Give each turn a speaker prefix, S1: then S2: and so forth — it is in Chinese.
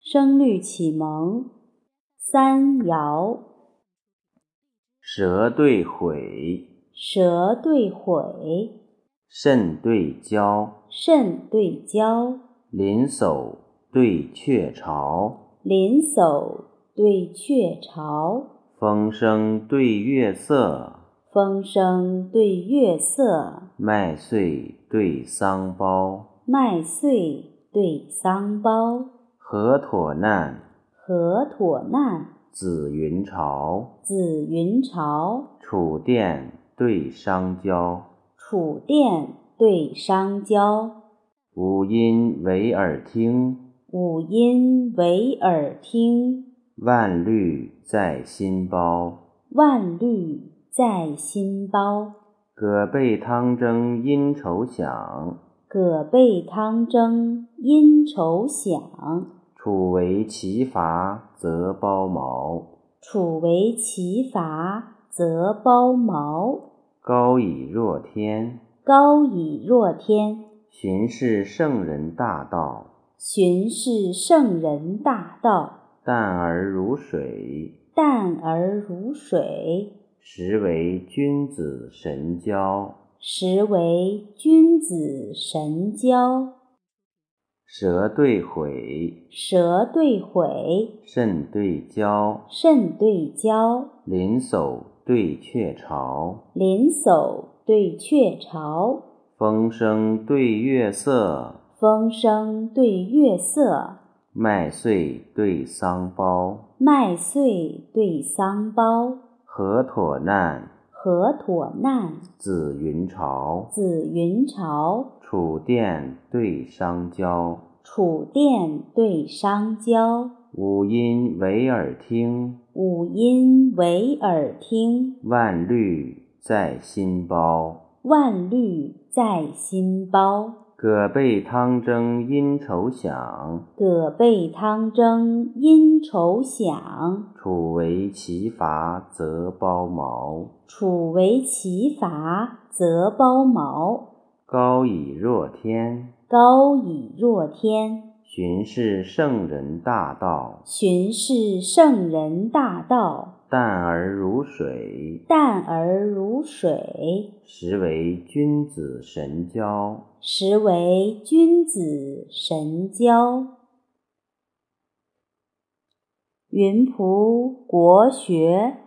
S1: 声律启蒙、三爻、
S2: 蛇对悔，
S1: 蛇对悔、
S2: 肾对交，
S1: 肾对交、
S2: 临叟对鹊巢，
S1: 临叟对鹊巢、
S2: 风声对月色，
S1: 风声对月色、
S2: 麦穗对桑苞，
S1: 麦穗对桑苞、
S2: 河橐难，
S1: 河橐难、
S2: 紫云巢，
S1: 紫云巢、
S2: 楚殿对商郊，
S1: 楚殿对商郊。
S2: 五音为耳听，
S1: 五音为耳听，
S2: 万律在心包。
S1: 万律在心包。
S2: 葛备汤蒸因愁响，
S1: 葛备汤蒸因愁响，
S2: 楚为齐伐则包茅。
S1: 楚为齐伐则包茅。
S2: 高以若天，
S1: 高以若天，
S2: 循是圣人大道。
S1: 循是圣人大道。
S2: 淡而如水，
S1: 淡而如水，
S2: 实为君子神交。
S1: 实为君子神交。
S2: 蛇对悔，
S1: 蛇对悔，
S2: 肾对交，
S1: 肾对交，
S2: 临叟对鹊巢，
S1: 临叟对鹊巢，
S2: 风声对月色，
S1: 风声对月色，
S2: 麦穗对桑苞，
S1: 麦穗对桑苞，
S2: 河橐难，
S1: 河橐难，
S2: 紫云巢，
S1: 紫云巢，
S2: 楚殿对商郊。
S1: 楚殿对商郊，
S2: 五音为耳听，
S1: 五音为耳听，
S2: 万律在心包。
S1: 万律在心包。
S2: 葛备汤蒸因愁响，
S1: 葛备汤蒸因愁响，
S2: 楚为齐伐则包茅。
S1: 楚为齐伐则包茅。
S2: 高以若天，
S1: 高以若天，
S2: 循是圣人大道。
S1: 循是圣人大道。
S2: 淡而如水，
S1: 淡而如水，
S2: 实为君子神交。
S1: 实为君子神交。云仆国学。